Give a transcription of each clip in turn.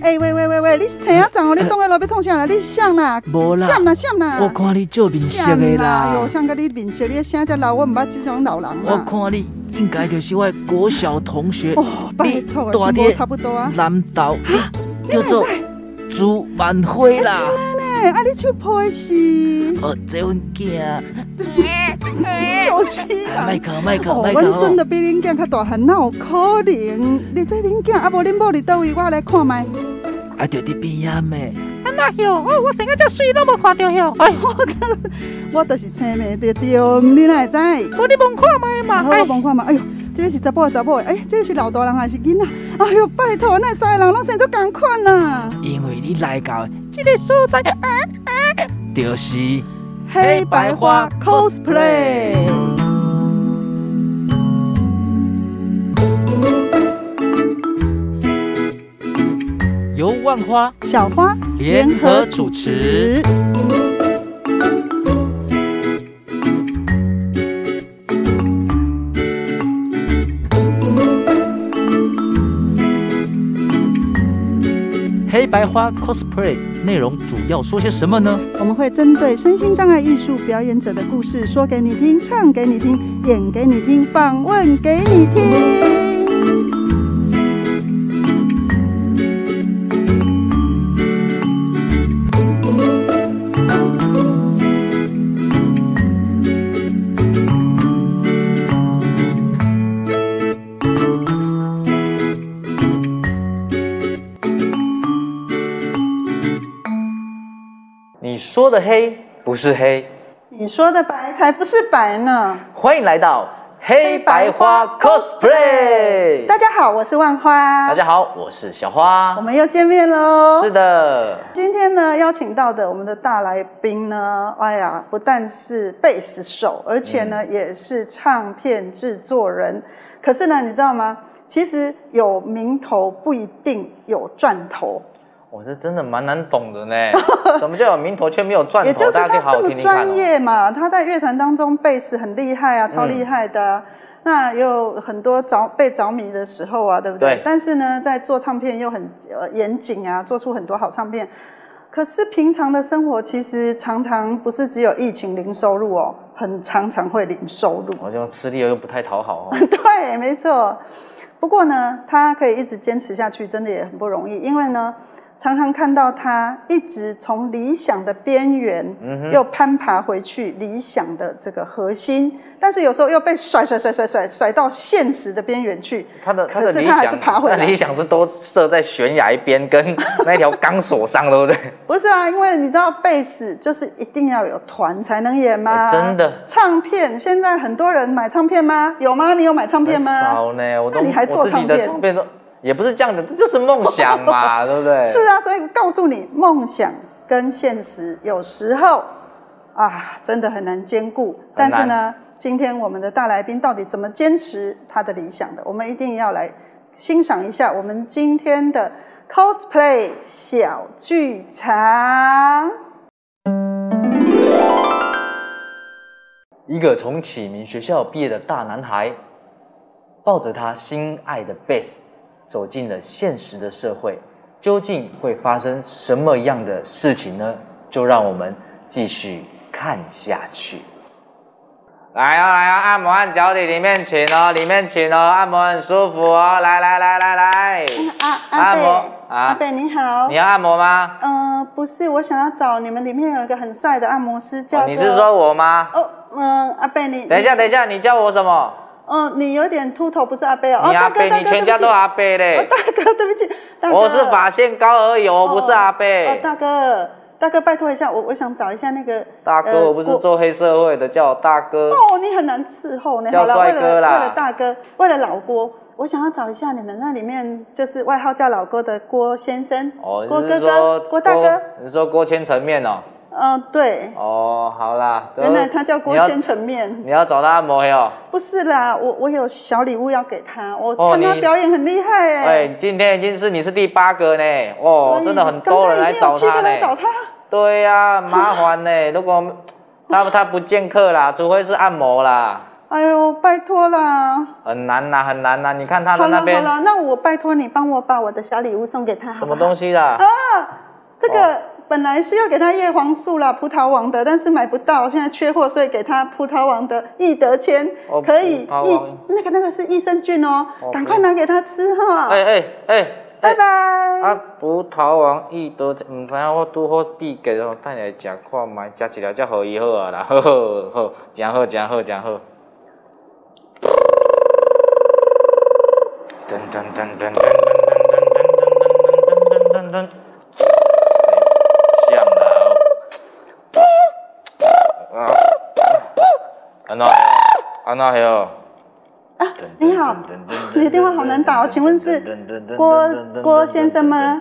哎诶，你是青啊长哦，你当个老要创啥啦？你谁啦？无啦谁啦？谁啦？我看你做面色的啦，哟，啊像个啊你面色，你声遮老，我毋捌即种老人我啊。看你应该就是我的国小同学，哦，拜托你大啊，弟全部差不多啊。南岛，你叫做朱万辉啦。哎，啊，你手皮是哦，这阮囝，啊哎就是啦麦。克麦克哦麦，阮孙克，都比恁囝较大汉，哪有可能？你这恁囝啊，无恁某伫倒位，我来看卖。啊，就伫边仔咩？那哟，哦，我生个遮水拢无看着哟，哎，我就是青梅着着，你哪会知？无你望看卖嘛，好，哎我，望看嘛。哎哟，这个是查甫的查某的，哎，这个是老大人还是囡仔？ 哎哟，拜托，那三个人拢生做共款啊！因为你来到啊的这个所在的啊就是黑白花 cosplay。由万花小花联合主持。黑白花 cosplay 内容主要说些什么呢？我们会针对身心障碍艺术表演者的故事说给你听，唱给你听，演给你听，访问给你听。你说的黑不是黑，你说的白才不是白呢！欢迎来到黑白花 cosplay。大家好，我是万花，大家好，我是小花我。们又见面喽。是的，今天呢，邀请到的我们的大来宾呢，哎呀，不但是贝斯手，而且呢，也是唱片制作人。可是呢，你知道吗？其实有名头不一定有赚头，我是真的蛮难 懂的呢。什么叫有名头却没有赚也就头？是大家可以好他好这听么听看专哦。业嘛。他在乐团当中贝斯很厉害啊，超嗯厉害的啊、那也有很多着被着迷的时候啊，对不对？对但是呢，在做唱片又很呃严谨啊，做出很多好唱片。可是平常的生活其实常常不是只有疫情零收入哦，很常常会零收入。我这种吃力又不太 讨好哦。对，没错。不过呢，他可以一直坚持下去，真的也很不容易。因为呢，常常看到他一直从理想的边缘，嗯哼又攀爬回去理想的这个核心，但是有时候又被甩甩甩甩甩甩到现实的边缘去。他的他可的是理他还想，是爬回来他的理想是都设在悬崖边，跟那条钢索上，对不对？不是啊，因为你知道贝斯就是一定要有团才能演吗？哎真。的唱片现在很多人买唱片吗？有吗？你有买唱片很吗？哎少呢，我都那你还做我自己的唱片唱片都也不是这样的，这就是梦想 嘛，对不对？是啊，所以我告诉你，梦想跟现实有时候啊，真的很难兼顾。但是很难呢，今天我们的大来宾到底怎么坚持他的理想的，我们一定要来欣赏一下我们今天的 cosplay 小剧啊场。一个从启明学校毕业的大男孩，抱着他心爱的贝斯，走进了现实的社会，究竟会发生什么样的事情呢？就让我们继续看下去。来哦，来哦，按摩按脚底，里面请哦，里面请哦，按摩很舒服哦，来来来来来，啊，阿贝，阿伯啊阿贝你好你。要按摩吗？嗯、不是，我想要找你们里面有一个很帅的按摩师，叫哦做、你是说我吗？哦，嗯，阿贝你等一下，你等一下，你叫我什么？哦，你有点秃头，不是阿贝哦。你阿哦、大哥贝，大你哥全家都阿贝对嘞不。起哦，大哥，对不起，大哥。我是法线高而已，我不是阿哦贝。大哥，大哥，拜托一下，我我想找一下那个大哥，呃我不是郭做黑社会的，叫我大哥。哦，你很难伺候呢。叫好了，帅为哥了啦为了大哥，为了老郭，我想要找一下你们那里面就是外号叫老郭的郭先生，哦，郭你是哥说哥，郭大哥。，你是说郭千层面哦？嗯，对，哦，好啦，原来他叫郭你要千层面。你要找他按摩哟、哦。不是啦，我我有小礼物要给他，我哦看他你表演很厉害哎、哎，今天已经是你是第八个呢，哦所，以真的很多人来刚刚找已经有七他个来找呢。他。 对呀、麻烦呢。如果他他不见客啦，除非是按摩啦。哎呦，拜托啦！很难呐、很难呐、你看他好的了那好边了，那我拜托你帮我把我的小礼物送给他，好什不么好？东西哦啦？啊这个本来是要给他叶黄素啦、葡萄王的，但是买不到，现在缺货，所以给他葡萄王的益德签，哦可以葡萄益王那个那个是益生菌哦，哦赶可以快拿给他吃哈，哎哎哎拜哎！拜。啊，葡萄王益德，毋知影我拄好秘给哦，等下食看卖，食一粒才互伊好啊啦，好好好，真好真好真好。噔噔噔噔噔噔噔噔噔噔噔噔噔噔噔。像啦哦。啊！安娜，安娜哦哟。啊，你好，你的电话好难打哦，请问是郭郭先生吗？啊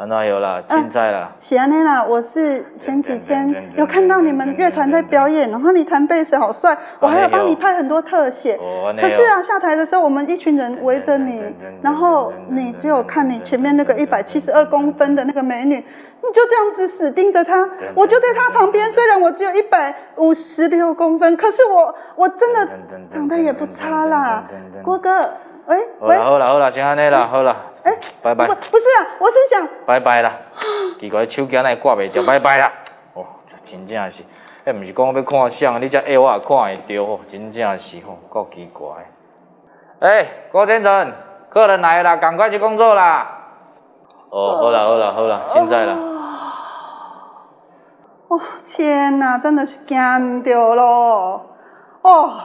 安娜啊有啦，现在啦。喜安内啦，我是前几天有看到你们乐团在表演，然后你弹贝斯好帅，我还要帮你拍很多特写。哦，可是啊，下台的时候我们一群人围着你，然后你只有看你前面那个一百七十二公分的那个美女，你就这样子死盯着她。我就在她旁边，虽然我只有一百五十六公分，可是我我真的长得也不差啦。郭哥，喂好喂啦，好啦好啦，先安尼啦，好啦，哎拜不拜不是啊，我是想拜拜啦，奇怪，手机哪会挂袂着，拜拜啦。哦，这真正是，迄毋是讲我要看相，你才下我也看会着哦，真正是吼，够奇怪的。哎、郭先生，客人来了啦，赶快去工作啦。哦，好啦好啦好啦，现在啦。哇、哦天哪，真的是惊到咯！哦，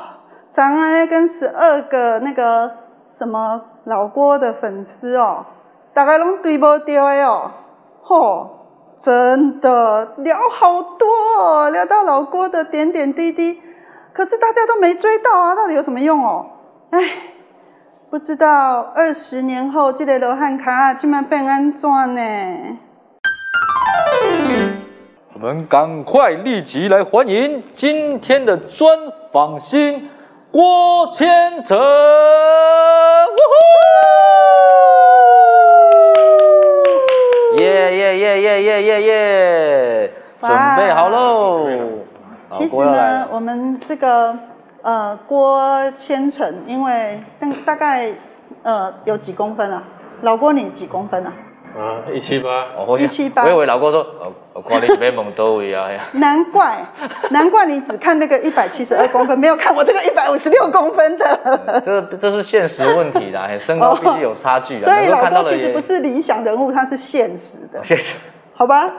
咱安跟十二个那个什么老郭的粉丝哦，大概拢对不到的哦，吼、真的聊好多、哦，聊到老郭的点点滴滴，可是大家都没追到啊，到底有什么用哦？唉，不知道二十年后这个罗汉卡竟然变安怎呢？我们赶快立即来欢迎今天的专访星郭千层。呜呼耶耶耶耶耶耶耶！哇准备好喽！好其实郭要来呢了，我们这个呃郭千层，因为大大概呃有几公分啊？老郭你几公分啊？啊，一七八，哦我想178我以为老郭说，哦我看你被蒙多位啊。难 怪难怪你只看那个一百七十二公分，没有看我这个一百五十六公分的。这这是现实问题啦，嘿身高毕竟有差距啊。所以能够老看到郭的其实也不，是理想人物，他是现实的。 谢谢。好吧。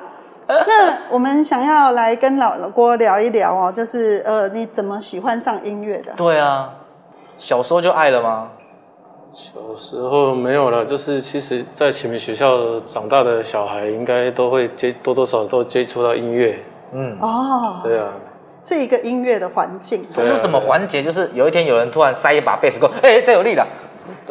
那我们想要来跟老老郭聊一聊哦，就是呃，你怎么喜欢上音乐的？对啊，小时候就爱了吗？小时候没有了，就是其实，在启明学校长大的小孩，应该都会接多多少少都接触到音乐。嗯。哦，对啊，是一个音乐的环境。对这啊是什么环节？就是有一天有人突然塞一把贝斯过，哎、这有力了。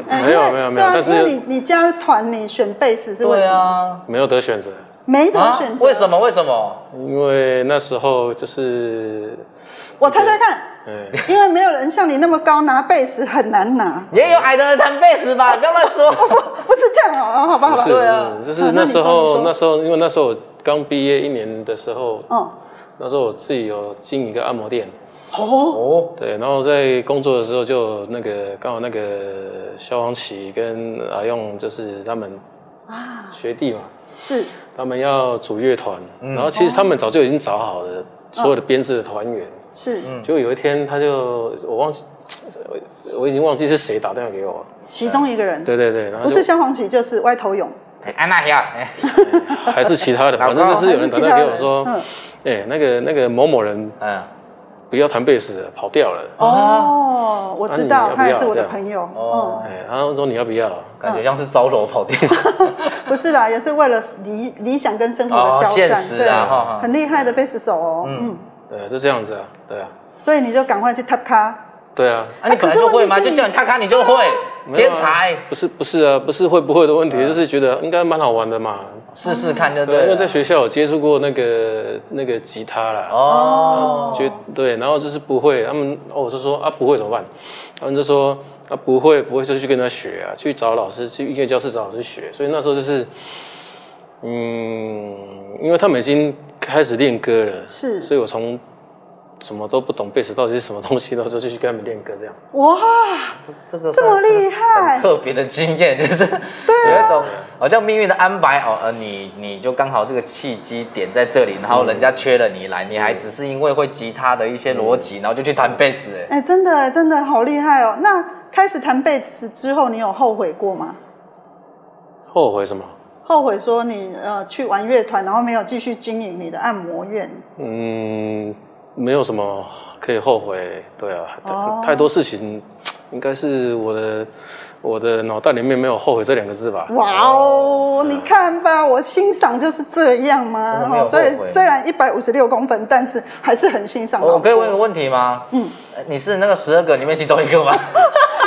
哎没有因为没有没对有啊，但是因为你你加团你选贝斯是为对什么？啊，没有得选择，没得啊选，择、为什？么？为什么？因为那时候就是，我猜猜看， 哎，因为没有人像你那么高，拿贝斯很难拿，也有矮的人弹贝斯吧？不要乱说。不是这样哦，好吧好不吧，是，对啊，不是就好是那那你时说你候说那时候，因为那时候我刚毕业一年的时候，哦那时候我自己有经营一个按摩店，哦哦，对，然后在工作的时候就那个刚好那个萧煌奇跟阿用就是他们啊，学弟嘛，是他们要组乐团，嗯然后其实他们早就已经找好了所有的编制的团员。是、嗯结果有一天，他就我忘记，我我已经忘记是谁打电话给我了。其中一个人，对对对，然后不就是萧煌奇就是歪头勇，哎安娜呀，哎还是其他的，反正就是有人打电话给我说，嗯哎、那个那个某某人嗯，不要弹贝斯了，跑掉了。哦，我知道，啊啊你要他也不要是我这的样朋友，哦嗯，哎、然后说你要不要？感觉像是招楼 跑地。啊嗯不是啦，也是为了理理想跟生活的哦交现战，实啊对，哈哈很厉害的贝斯手哦，嗯嗯，对，就这样子啊，对啊，所以你就赶快去 tap 他，对啊，啊，你本来就会吗？就叫你看看你就会，没天有啊才，不是不是啊，不是会不会的问题，就是觉得应该蛮好玩的嘛。试试看就对啊，对因为了。在学校有接触过那个那个吉他啦，哦，嗯就对，然后就是不会，他们哦，我就说啊不会怎么办？他们就说啊不会不会就去跟他学啊，去找老师去音乐教室找老师学。所以那时候就是，嗯，因为他们已经开始练歌了，是所以我从什么都不懂，贝斯到底是什么东西，然后就去跟他们练歌这样。哇，这个这么算是厉害啊很特别的经验， 就是有一种好像命运的安排哦，呃，你你就刚好这个契机点在这里，然后人家缺了你来，你还只是因为会吉他的一些逻辑，然后就去弹贝斯，哎哎、真的真的好厉害哦！那开始弹贝斯之后，你有后悔过吗？后悔什么？后悔说你呃去玩乐团，然后没有继续经营你的按摩院，嗯，没有什么可以后悔。对啊，太哦太多事情，应该是我的我的脑袋里面没有后悔这两个字吧。哇哦，你看吧，我欣赏就是这样嘛啊真的没。有所以后悔虽然一百五十六公分，但是还是很欣赏老我郭。哦我可以问 个问题吗？嗯，呃你是那个十二个里面其中一 个吗？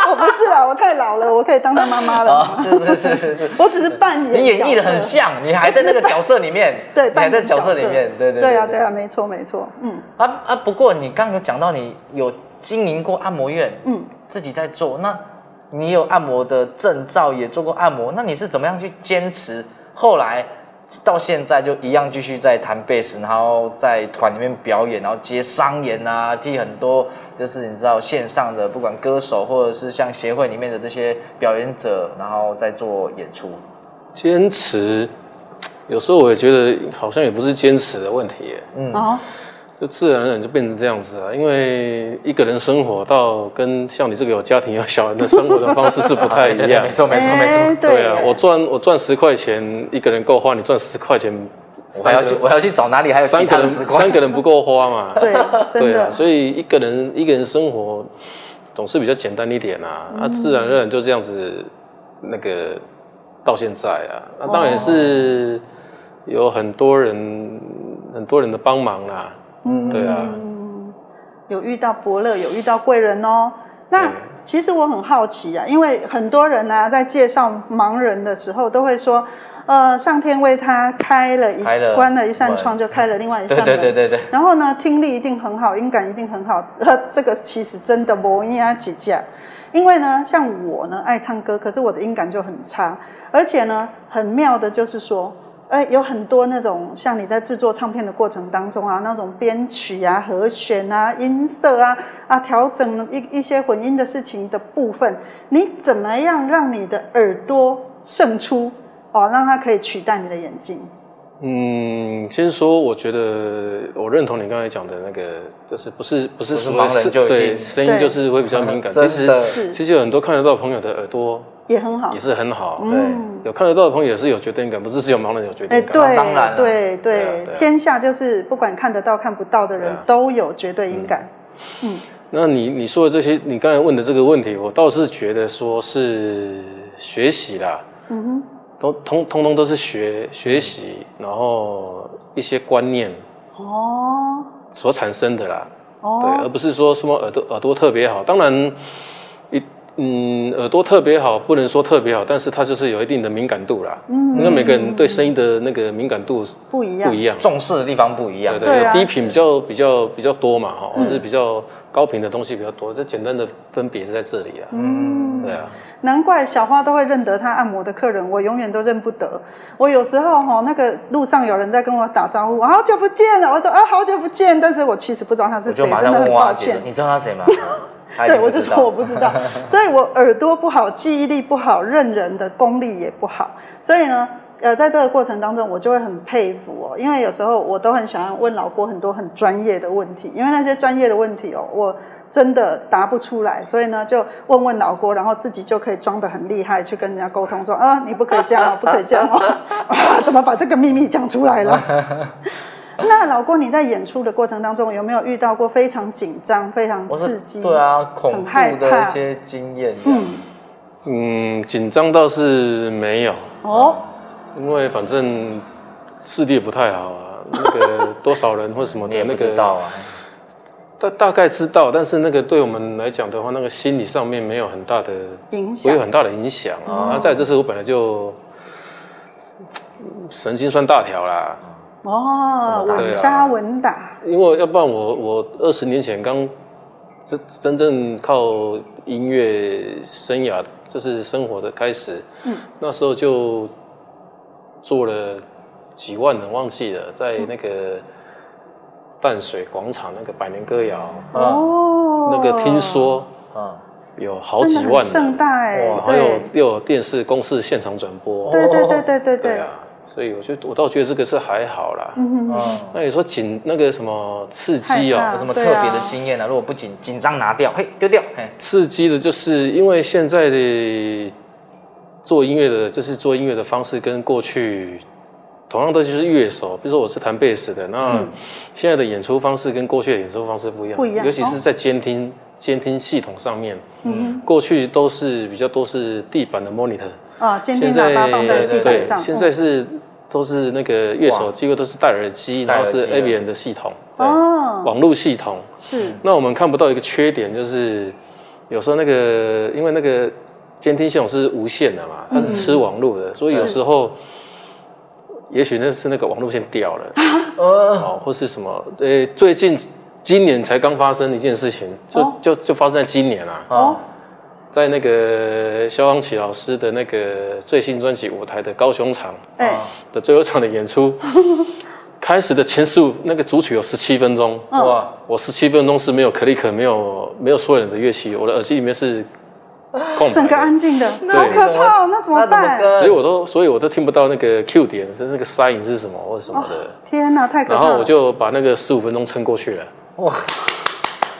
我哦不是啦，我太老了，我可以当他妈妈了。 哦是是是是是嗯 我只是扮演。你演绎的很。像，你还在那个角色里面， 对，你还扮在演角色里面，对对对啊，对啊，没错没错，嗯啊啊！不过你刚刚有讲到你有经营过按摩院，嗯。自己在做，那你有按摩的证照，也做过按摩，那你是怎么样去坚持？后来到现在就一样继续在弹贝斯，然后在团里面表演，然后接商演啊，替很多就是你知道线上的不管歌手或者是像协会里面的这些表演者，然后再做演出。坚持，有时候我也觉得好像也不是坚持的问题耶，嗯，哦，就自然而然就变成这样子啊。因为一个人生活到跟像你这个有家庭有小孩的生活的方式是不太一对对对样 没。错没错没哎错。对啊，耶我赚我赚十块钱，一个人够花，你赚十块钱，我还要去三，个我还要去找哪里还有其三他个的人时光三个人不够花嘛？ 对，真对啊，的，所以一个人一个人生活总是比较简单一点啊，嗯啊，自然而然就这样子那个到现在啊，哦那当然是有很多人很多人的帮忙啦，嗯对啊，有遇到伯乐，有遇到贵人哦。那对其实我很好奇啊，因为很多人呢、啊在介绍盲人的时候，都会说，呃，上天为他开了一开了关了一扇门窗，就开了另外一扇对门。对对对对。然后呢，听力一定很好，音感一定很好。呃，这个其实真的不应该几架，因为呢，像我呢爱唱歌，可是我的音感就很差，而且呢，很妙的就是说。呃，有很多那种像你在制作唱片的过程当中啊，那种编曲啊、和弦啊、音色啊、啊调整一一些混音的事情的部分，你怎么样让你的耳朵胜出哦，让它可以取代你的眼睛？嗯，先说，我觉得我认同你刚才讲的那个，就是不是不是不是所谓盲人是就一对定声音就是会比较敏感，真其的是实其实有很多看得到朋友的耳朵也很好，也是很好，对嗯，有看得到的朋友也是有决定感，不是只有盲人有决哎，定感，对，当然了对对对啊对啊天下就是不管看得到看不到的人、对啊都有绝对音感。嗯，那你你说的这些，你刚才问的这个问题，我倒是觉得说是学习啦，嗯哼，都通通通都是学学习，然后一些观念哦所产生的啦，对，而哦，不是说什么耳朵耳朵特别好。当然，一嗯耳朵特别好不能说特别好，但是它就是有一定的敏感度啦。嗯因为每个人对声音的那个敏感度不一样，不一样，重视的地方不一样，对对对，有啊嗯低频比较比较比较多嘛，哈，或是比较高频的东西比较多，这简单的分别是在这里啊。嗯，对啊，难怪小花都会认得她按摩的客人，我永远都认不得。我有时候哈、那个路上有人在跟我打招呼，好久不见了，我说啊好久不见，但是我其实不知道他是我就谁，马真上的很问抱蛙姐歉，。你知道他谁吗？ 她一定对，我就不知道说我不知 道，所以我耳朵不好，记忆力不好，认人的功力也不好，所以呢，呃，在这个过程当中，我就会很佩服哦，因为有时候我都很喜欢问老郭很多很专业的问题，因为那些专业的问题哦，我真的答不出来，所以呢，就问问老郭，然后自己就可以装得很厉害去跟人家沟通说，啊，你不可以这样哦，不可以这 样哦，啊，怎么把这个秘密讲出来了？ 那老郭，你在演出的过程当中有没有遇到过非常紧张、非常我刺是激？对啊，恐很害怖的一怕些经验。嗯嗯，，嗯，紧张倒是没有，哦，因为反正视力也不太好 啊，那个多少人或什么你的，也那不个知道啊。大大概知道，但是那个对我们来讲的话，那个心理上面没有很大的，影不响会有很大的影响啊。哦然后再来就是我本来就神经算大条啦，哦，这么大稳扎稳打，因为要不然我我二十年前刚真真正靠音乐生涯，就是生活的开始，嗯那时候就做了几万人忘记了，在那个淡水广场那个百年歌谣，啊哦，那个听说啊，有好几万真的很盛人，大哎，然后又有又有电视公视现场转播，对对对对对对对，啊，所以我就我倒觉得这个是还好啦。嗯嗯，啊那你说紧那个什么刺激害哦怕，有什么特对别的啊经验呢、啊？如果不紧紧张拿掉，嘿，丢掉，嘿，刺激的就是因为现在的做音乐的，就是做音乐的方式跟过去同样都就是乐手，比如说我是弹贝斯的，那嗯现在的演出方式跟过去的演出方式不一样，不一样尤其哦是在监听、监听系统上面，嗯过去都是比较多是地板的 monitor，哼啊，监听现喇在叭放在对地板上，嗯现在是都是那个乐手哇几乎都是戴耳机，戴然耳后机是的 Avian 的系统，对哦，网络系统，是那我们看不到一个缺点，就是有时候那个因为那个监听系统是无线的嘛，它是吃网络的，所以有时候也许那是那个网路线掉了，呃，哦，或是什么，呃、最近今年才刚发生一件事情，就、哦就就发生在今年啊，哦哦，在那个肖央琪老师的那个最新专辑舞台的高雄场嗯哎，的最后一场的演出，开始的前十五那个主曲有十七分钟，哎哇，我十七分钟是没有 click，没有没有所有人的乐器，我的耳机里面是空白整个的，安静的，对好可怕，那怎么办？跟所以我都所以我都听不到那个 Q 点是那个 sign 是什么或者什么的。天哪，太可怕然了！后我就把那个十五分钟撑过去了。哇，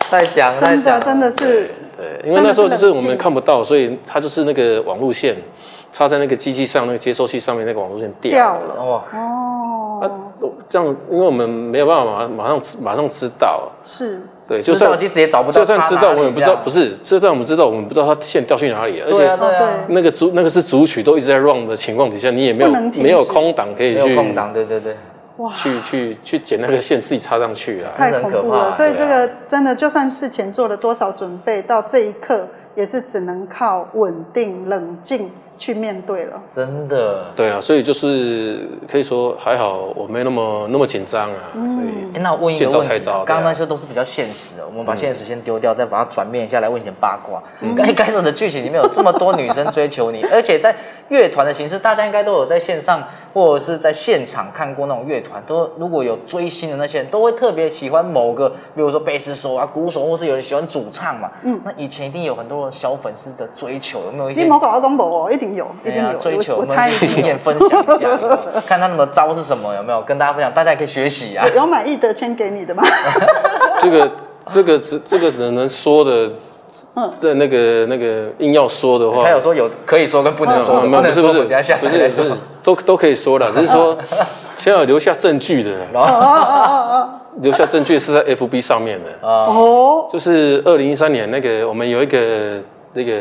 太强了，太真强的了真的是对，因为那时候就是我们看不到，所以它就是那个网路线插在那个机器上，那个接收器上面那个网路线掉掉了。了哇，啊哦，，我这样，因为我们没有办法马马上马上知道，是对，就知道算其实也找不到，就算知道，我们也不知道，不是，是，就算我们知道，我们不知道它线掉去哪里了，而对啊，且对哦啊，那个主那个是主曲都一直在 run 的情况底下，你也没有不能停止没有空档可以没去有空档，对对对，哇，去去去捡那个线自己插上去啊啦。太恐真的很怖可怕了。所以对这啊个真的，就算事前做了多少准备，到这一刻也是只能靠稳定、冷静去面对了。真的。对啊，所以就是可以说还好，我没那么那么紧张啊，嗯所诶以那我问一个见招问题拆啊，招对啊嗯刚刚那些都是比较现实的，我们把现实先丢掉，再把它转变一下来问一些八卦。 刚一开始的剧情里面有这么多女生追求你，而且在乐团的形式，大家应该都有在线上或者是在现场看过那种乐团，都如果有追星的那些人，都会特别喜欢某个，比如说贝斯手啊、鼓手，或是有人喜欢主唱嘛。嗯那以前一定有很多小粉丝的追求，有没有一些你某搞到公博哦，一定有，一哎定呀有，追求，我我我们猜一经定有验。分享一下，有没有看他们的招是什么，有没有跟大家分享？大家也可以学习啊 有。有买易德签给你的吗？这个这个只这个只能说的嗯，在那个那个硬要说的话，他有说有可以说跟不能说的，哦不没有不能是说不的，是等一下下不次再是不说是。都都可以说了，只是说 现在有留下证据的啦，然后哦哦留下证据是在 FB 上面的。哦啊，哦，就是二零一三年那个，我们有一个那个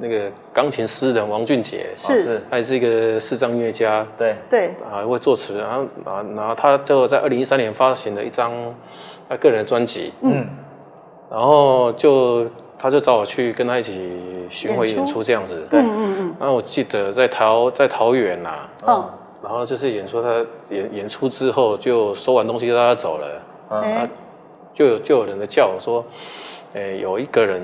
那个钢琴诗人王俊杰，啊是是他也是一个视障音乐家对，对，啊，会作词，然后然后然后他就在二零一三年发行了一张他个人的专辑，嗯，然后就他就找我去跟他一起巡回演出演出这样子，嗯。嗯然后我记得在桃在桃园呐、嗯，哦，然后就是演出他演演出之后就收完东西他就走了。哦嗯哎，就有就有人在叫我说，诶、有一个人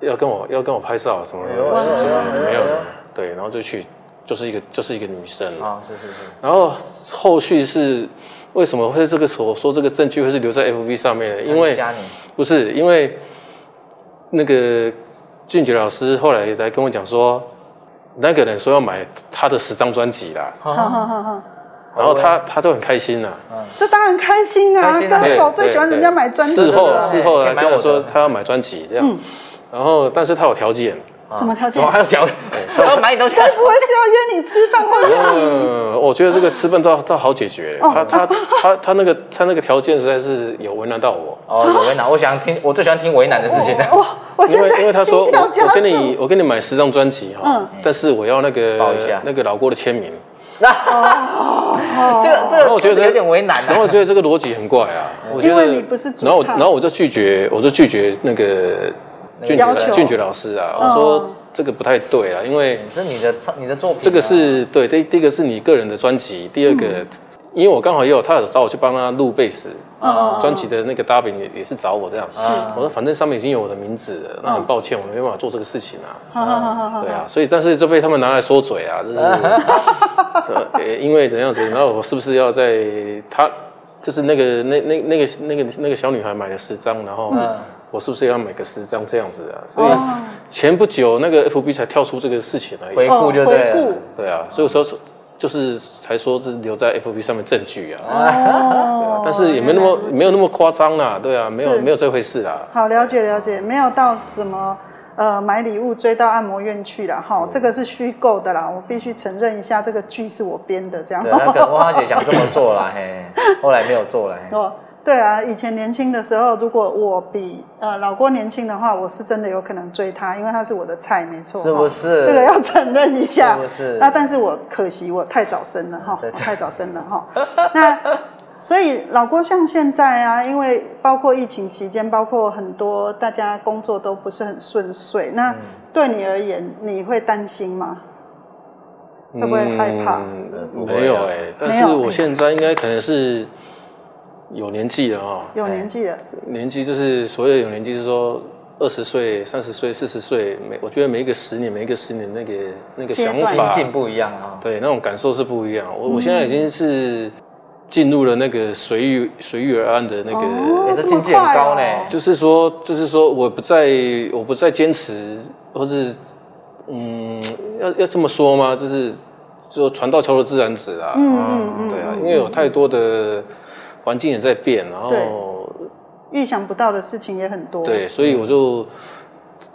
要跟我要跟我拍照什么哎呦什么什么哎呦啊没有啊哎呦的，对，然后就去，就是一个就是一个女生，啊，是是是，然后后续是为什么会这个所说这个证据会是留在 FB 上面的？因为加你不是因为那个俊杰老师后来来跟我讲说，那个人说要买他的十张专辑啦，好好好好，然后他他都很开心啦。这当然开心啊！开心啊歌对手最喜欢人家买专辑事的后了。事后可来以买跟我我说的他要买专辑这样嗯，然后但是他有 条件，什么条怎件么？还有条件？还要买你东 西？不会是要约你吃饭或约你？嗯，我觉得这个吃饭倒倒好解决，哦他他他他那个他那个条件实在是有为难到我，哦，有为难，我想听，我最喜欢听为难的事情啊了。哇，我因现为在因为他说心跳我加我速跟你我跟你买十张专辑哈嗯，但是我要那个报一下那个老郭的签名，哦这个然这后个我觉得有点为难然后啊。嗯我觉得这个逻辑很怪啊，我觉得因为你不是主唱然后我然后我就拒绝我就拒绝那个俊要求杰俊杰老师啊，我嗯说这个不太对啊，因为。这你的唱你的作品啊，这个是对，第第一个是你个人的专辑，第二个，因为我刚好也有他有找我去帮他录贝斯，嗯嗯专辑的那个搭饼也也是找我这样。啊我说反正上面已经有我的名字了，那很抱歉，我没办法做这个事情啊。好好好好好，对啊，所以但是就被他们拿来说嘴啊，就是这，呃因为怎样子，然后我是不是要在他就是那个那那那个那个那个小女孩买了十张，然后嗯我是不是也要买个十张这样子啊？所以哦，前不久那个 FB 才跳出这个事情而回已。顾就对哦回了。对啊，所以我说就是才说这是留在 FB 上面证据啊。 对啊哦但是也没那么原来如此没有那么夸张啦，对啊，没有是没有这回事啦。好，了解了解，没有到什么呃买礼物追到按摩院去了哈，这个是虚构的啦，我必须承认一下，这个剧是我编的，这样对，。那可能花姐想这么做啦，嘿，后来没有做了。嘿哦，对啊，以前年轻的时候，如果我比呃老郭年轻的话，我是真的有可能追他，因为他是我的菜，没错，是哈不是这个要承认一下，是不是那啊但是我可惜我太早生了哈，嗯对我太早生了哈。那所以老郭像现在啊，因为包括疫情期间，包括很多大家工作都不是很顺遂，嗯那对你而言，你会担心吗？会不会害怕嗯不会啊没有哎、但是没有我现在应该可能是有年纪了啊、有年纪了，哎年纪就是所谓的有年纪，就是说二十岁、三十岁、四十岁，每我觉得每一个十年、每一个十年那个那个阶想段嗯法心境不一样啊。对，那种感受是不一样。我、我现在已经是进入了那个随遇随遇而安的那个，哦哎这境界很高呢这么快哦就是说，就是说，我不再我不再坚持，或是嗯，要要这么说吗？就是说船到桥头自然直啦。嗯嗯嗯，对啊，嗯因为有太多的环境也在变，然后预想不到的事情也很多，对，所以我就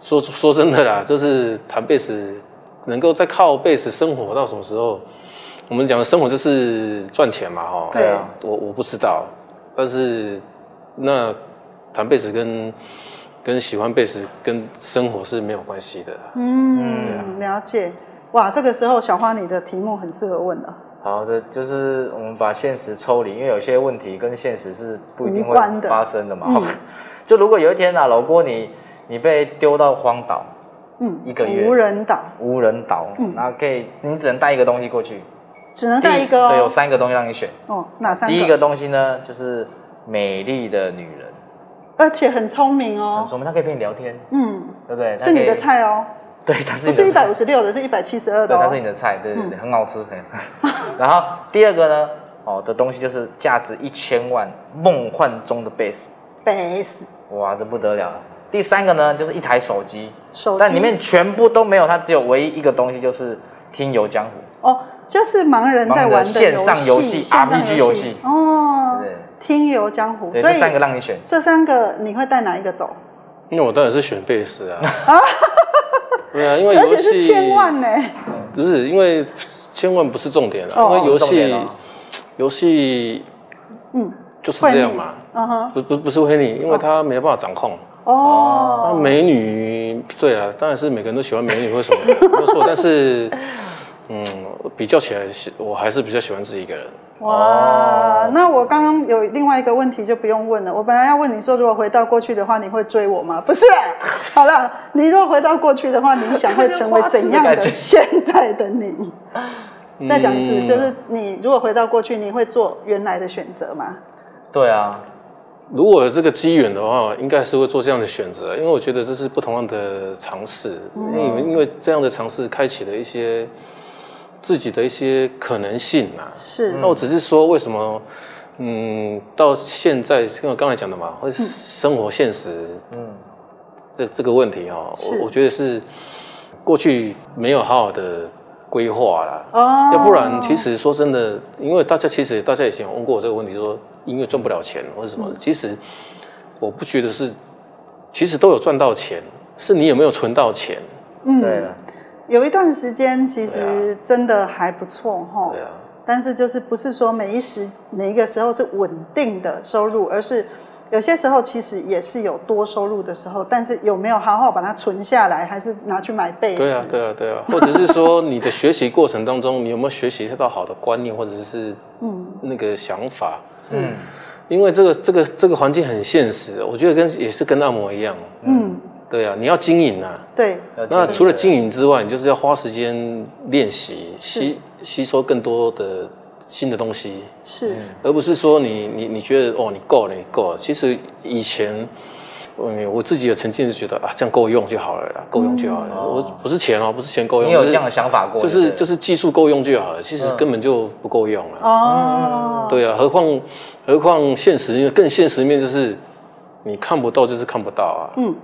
说 说真的啦，就是弹贝斯能够在靠贝斯生活到什么时候？我们讲的生活就是赚钱嘛，哈。对啊我我不知道，但是那弹贝斯跟跟喜欢贝斯跟生活是没有关系的啦。嗯，了解。哇，这个时候小花你的题目很适合问了，好的，就是我们把现实抽离，因为有些问题跟现实是不一定无会关的发生的嘛。嗯 就如果有一天啊，老郭你你被丢到荒岛，嗯，一个月无人岛无人岛，嗯那可以你只能带一个东西过去，只能带一个对，有哦，三个东西让你选。哦，哪三个？第一个，东西呢，就是美丽的女人，而且很聪明很哦，聪明，她可以陪你聊天，嗯，对不对？她是你可以的，菜哦， 对，她是不是你一的菜百五十六的，是哦一百七十二的对，它是哦你，的菜，对对对，很好吃。嘿 然后第二个呢，哦的东西就是价值一千万梦幻中的 base，北死哇，这不得了了。第三个呢，就是一台手机，手机，但里面全部都没有，它只有唯一一个东西就是《听游江湖哦，就是盲人在玩的盲人线上游戏戏线上 RPG 游戏哦对，听游江》，湖，对，所这以三个让你选。这三个你会带哪一个走？因为我当然是选贝 斯啊。对啊，因为而游且是戏千万呢，不是因为千万不是重点了，哦因为游重点戏哦游戏嗯，就是会这样腻嘛。嗯哼，不不不是会腻，因为他没办法掌控。那、哦，美女，对啊，当然是每个人都喜欢美女或 什么的，没有错。但是，嗯，比较起来，是我还是比较喜欢自己一个人。哦哇，那我刚刚有另外一个问题就不用问了。我本来要问你说，如果回到过去的话，你会追我吗？不是啦，好了，你如果回到过去的话，你想会成为怎样 的现在的你？ 再讲一次，嗯就是你如果回到过去，你会做原来的选择吗？对啊，如果有这个机缘的话，应该是会做这样的选择，因为我觉得这是不同样的尝试，嗯因为因为这样的尝试开启了一些自己的一些可能性啊。是，那我只是说，为什么，嗯，到现在，因为刚才讲的嘛，嗯会生活现实，嗯，这这个问题哈、哦，是我我觉得是过去没有好好的规划啦。哦要不然，其实说真的，因为大家其实大家以前有问过我这个问题说，音乐赚不了钱或者什嗯么的，其实我不觉得是，其实都有赚到钱，是你有没有存到钱。对嗯了，，有一段时间其对实真的还不错哈。对啊，但是就是不是说每一时每一个时候是稳定的收入，而是有些时候其实也是有多收入的时候，但是有没有好好把它存下来，还是拿去买贝斯？对啊，对啊，对啊，或者是说你的学习过程当中，你有没有学习到好的观念，或者是嗯，那个想法，是，嗯，因为这个这个这个环境很现实，我觉得跟也是跟按摩一样，嗯，对啊，你要经营啊。对，要那记得除了经营之外，你就是要花时间练习，吸吸收更多的新的东西，是，而不是说你你你觉得哦你够了你够了。其实以前，嗯，我自己也曾经是觉得啊这样够用就好了啦，够用就好了。嗯我不是钱哦，不是钱够用，你有就是这样的想法过？就是就是是技术够用就好了，其实嗯根本就不够用了。哦，哦对啊，何况何况现实面更现实面就是你看不到就是看不到啊，嗯，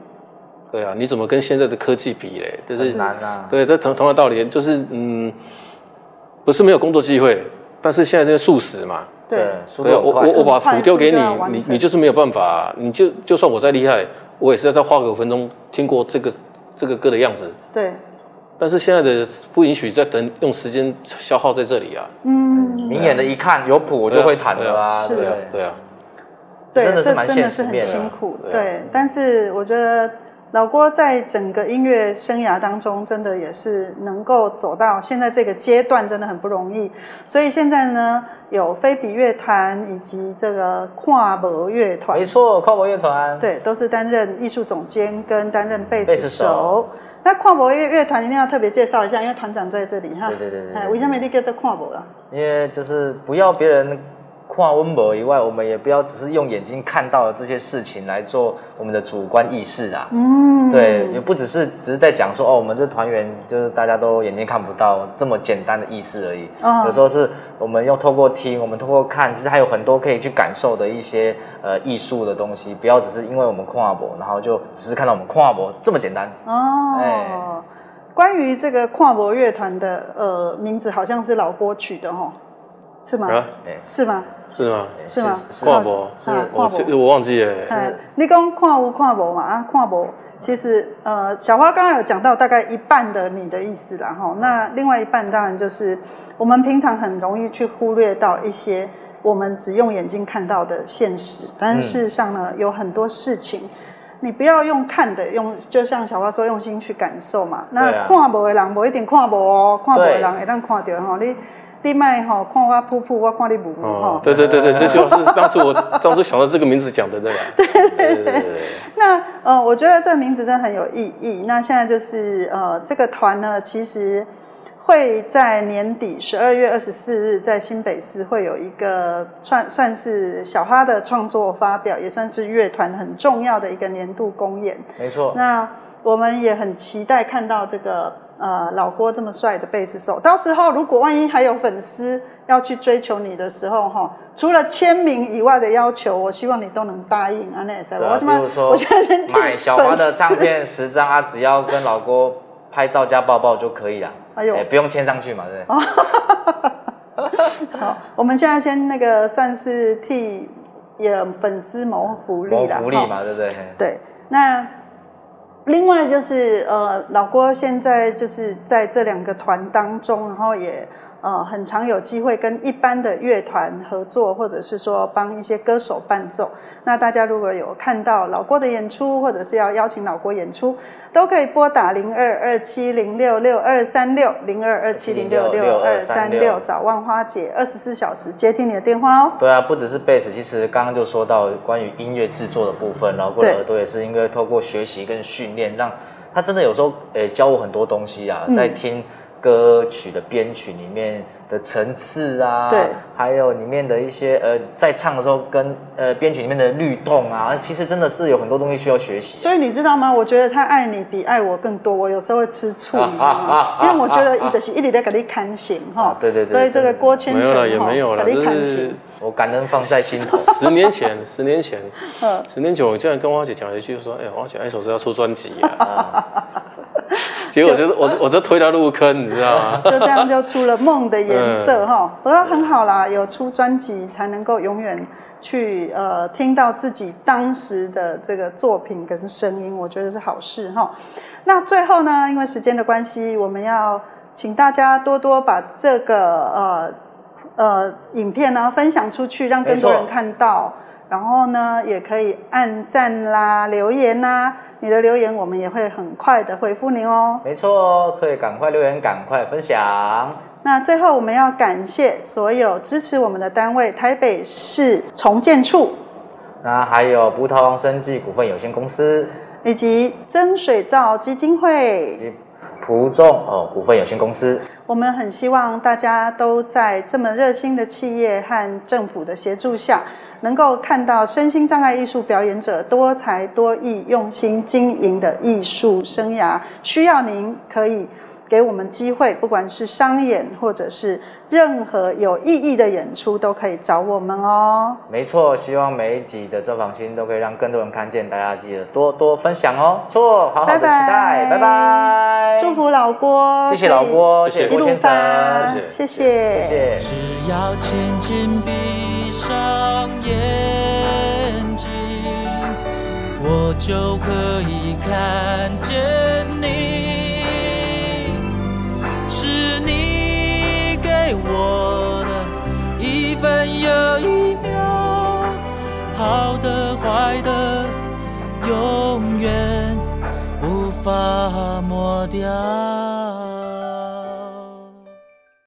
对啊，你怎么跟现在的科技比嘞？就是很难啊。对，这同同样道理，就是嗯，不是没有工作机会，但是现在这个速食嘛，对，速度对啊，我很快我我把很快谱丢给速你就要，完你成你就是没有办法啊、你就就算我再厉害，我也是要再花个五分钟听过这个这个歌的样子。对，但是现在的不允许再等，用时间消耗在这里啊，嗯，明眼的一看有谱，我就会弹了啊，对啊对不啊对，对啊，对，真的是这蛮真现的实是很面的啊辛苦，对啊对。但是我觉得老郭在整个音乐生涯当中，真的也是能够走到现在这个阶段，真的很不容易。所以现在呢，有非比乐团以及这个跨博乐团没，错，跨国乐团，，对，都是担任艺术总监跟担任贝斯贝斯手手。那跨博乐乐团一定要特别介绍一下，因为团长在这里哈。对对对对对哎，为什么你叫做跨博啊啦？因为就是不要别人跨温博以外，我们也不要只是用眼睛看到的这些事情来做我们的主观意识啊。嗯，对，也不只是只是在讲说哦，我们这团员就是大家都眼睛看不到这么简单的意思而已。嗯有时候是我们用透过听，我们透过看，其实还有很多可以去感受的一些呃艺术的东西，不要只是因为我们跨博，然后就只是看到我们跨博这么简单。哦，哎关于这个跨国乐团的呃名字，好像是老郭取的哦，是吗？啊，对，是吗？是吗？是吗？是跨博是是我跨这博。我忘记了，哎，你讲跨无跨博嘛？啊，跨博。其实呃，小花刚刚有讲到大概一半的你的意思啦哈，那另外一半当然就是我们平常很容易去忽略到一些我们只用眼睛看到的现实，但是事实上呢，有很多事情。你不要用看的，用就像小花说，用心去感受嘛。对啊那看无的人，无一定看无哦，看无的对人会当看到吼。你你卖吼，看我噗噗，我看你噗噗哦吼，。对对对对，这就是当初我当初想到这个名字讲的那个，对对对对对， 那呃，我觉得这名字真的很有意义。那现在就是呃，这个团呢，其实会在年底十二月二十四日在新北市会有一个算算是小花的创作发表，也算是乐团很重要的一个年度公演。没错。那我们也很期待看到这个呃老郭这么帅的贝斯手。到时候如果万一还有粉丝要去追求你的时候，哈，除了签名以外的要求，我希望你都能答应啊，那也是。对啊我怎么比如 说我现在先替买小花的粉丝唱片十张啊，只要跟老郭拍照加抱抱就可 以了。哎呦哎不用签上去嘛，对不哦对？好，我们现在先那个算是替也粉丝谋福利谋啦，哦福利哈嘛，对不对？对，那另外就是呃，老郭现在就是在这两个团当中，然后也呃很常有机会跟一般的乐团合作，或者是说帮一些歌手伴奏。那大家如果有看到老郭的演出，或者是要邀请老郭演出，都可以拨打零二二七零六六二三六零二二七零六六二三六02270663236找万花姐，二十四小时接听你的电话哦。对啊，不只是贝斯，其实刚刚就说到关于音乐制作的部分，然后过的对耳朵也是因为透过学习跟训练，让他真的有时候诶教我很多东西啊，嗯在听歌曲的编曲里面的层次啊，对还有里面的一些呃在唱的时候跟呃编曲里面的律动啊，其实真的是有很多东西需要学习。所以你知道吗？我觉得他爱你比爱我更多。我有时候会吃醋，你知道吗？因为我觉得一直是一直在给你砍醒哈啊。对对对所以这个郭千没有层哈，了也没有了，给你就砍是醒。我感恩放在心 头。十年前，十年前，嗯，十年前我竟然跟花姐讲了一句说，哎、花姐，那首歌要出专辑啊。结果我就是我我这推她入坑，你知道吗？ 就这样就出了梦的颜色嗯哈。不过很好啦，有出专辑才能够永远去呃听到自己当时的这个作品跟声音，我觉得是好事哈。那最后呢，因为时间的关系，我们要请大家多多把这个呃呃影片呢分享出去，让更多没错人看到。然后呢，也可以按赞啦、留言啦，你的留言我们也会很快的回复您哦。没错哦，所以赶快留言，赶快分享。那最后我们要感谢所有支持我们的单位，台北市重建处那还有葡萄王生技股份有限公司以及增水造基金以会。及葡众哦股份有限公司。我们很希望大家都在这么热心的企业和政府的协助下，能够看到身心障碍艺术表演者多才多艺、用心经营的艺术生涯。需要您可以给我们机会，不管是商演或者是任何有意义的演出，都可以找我们哦。没错，希望每一集的专访新都可以让更多人看见，大家记得多多分享哦。错，好好的期待，拜拜拜拜，祝福老郭，谢谢老，郭，谢谢谢一郭路先发，生，谢谢谢谢谢。只要轻轻闭上眼睛，我就可以看见你。是你给我的一分又一秒，好的坏的，永远无法抹掉。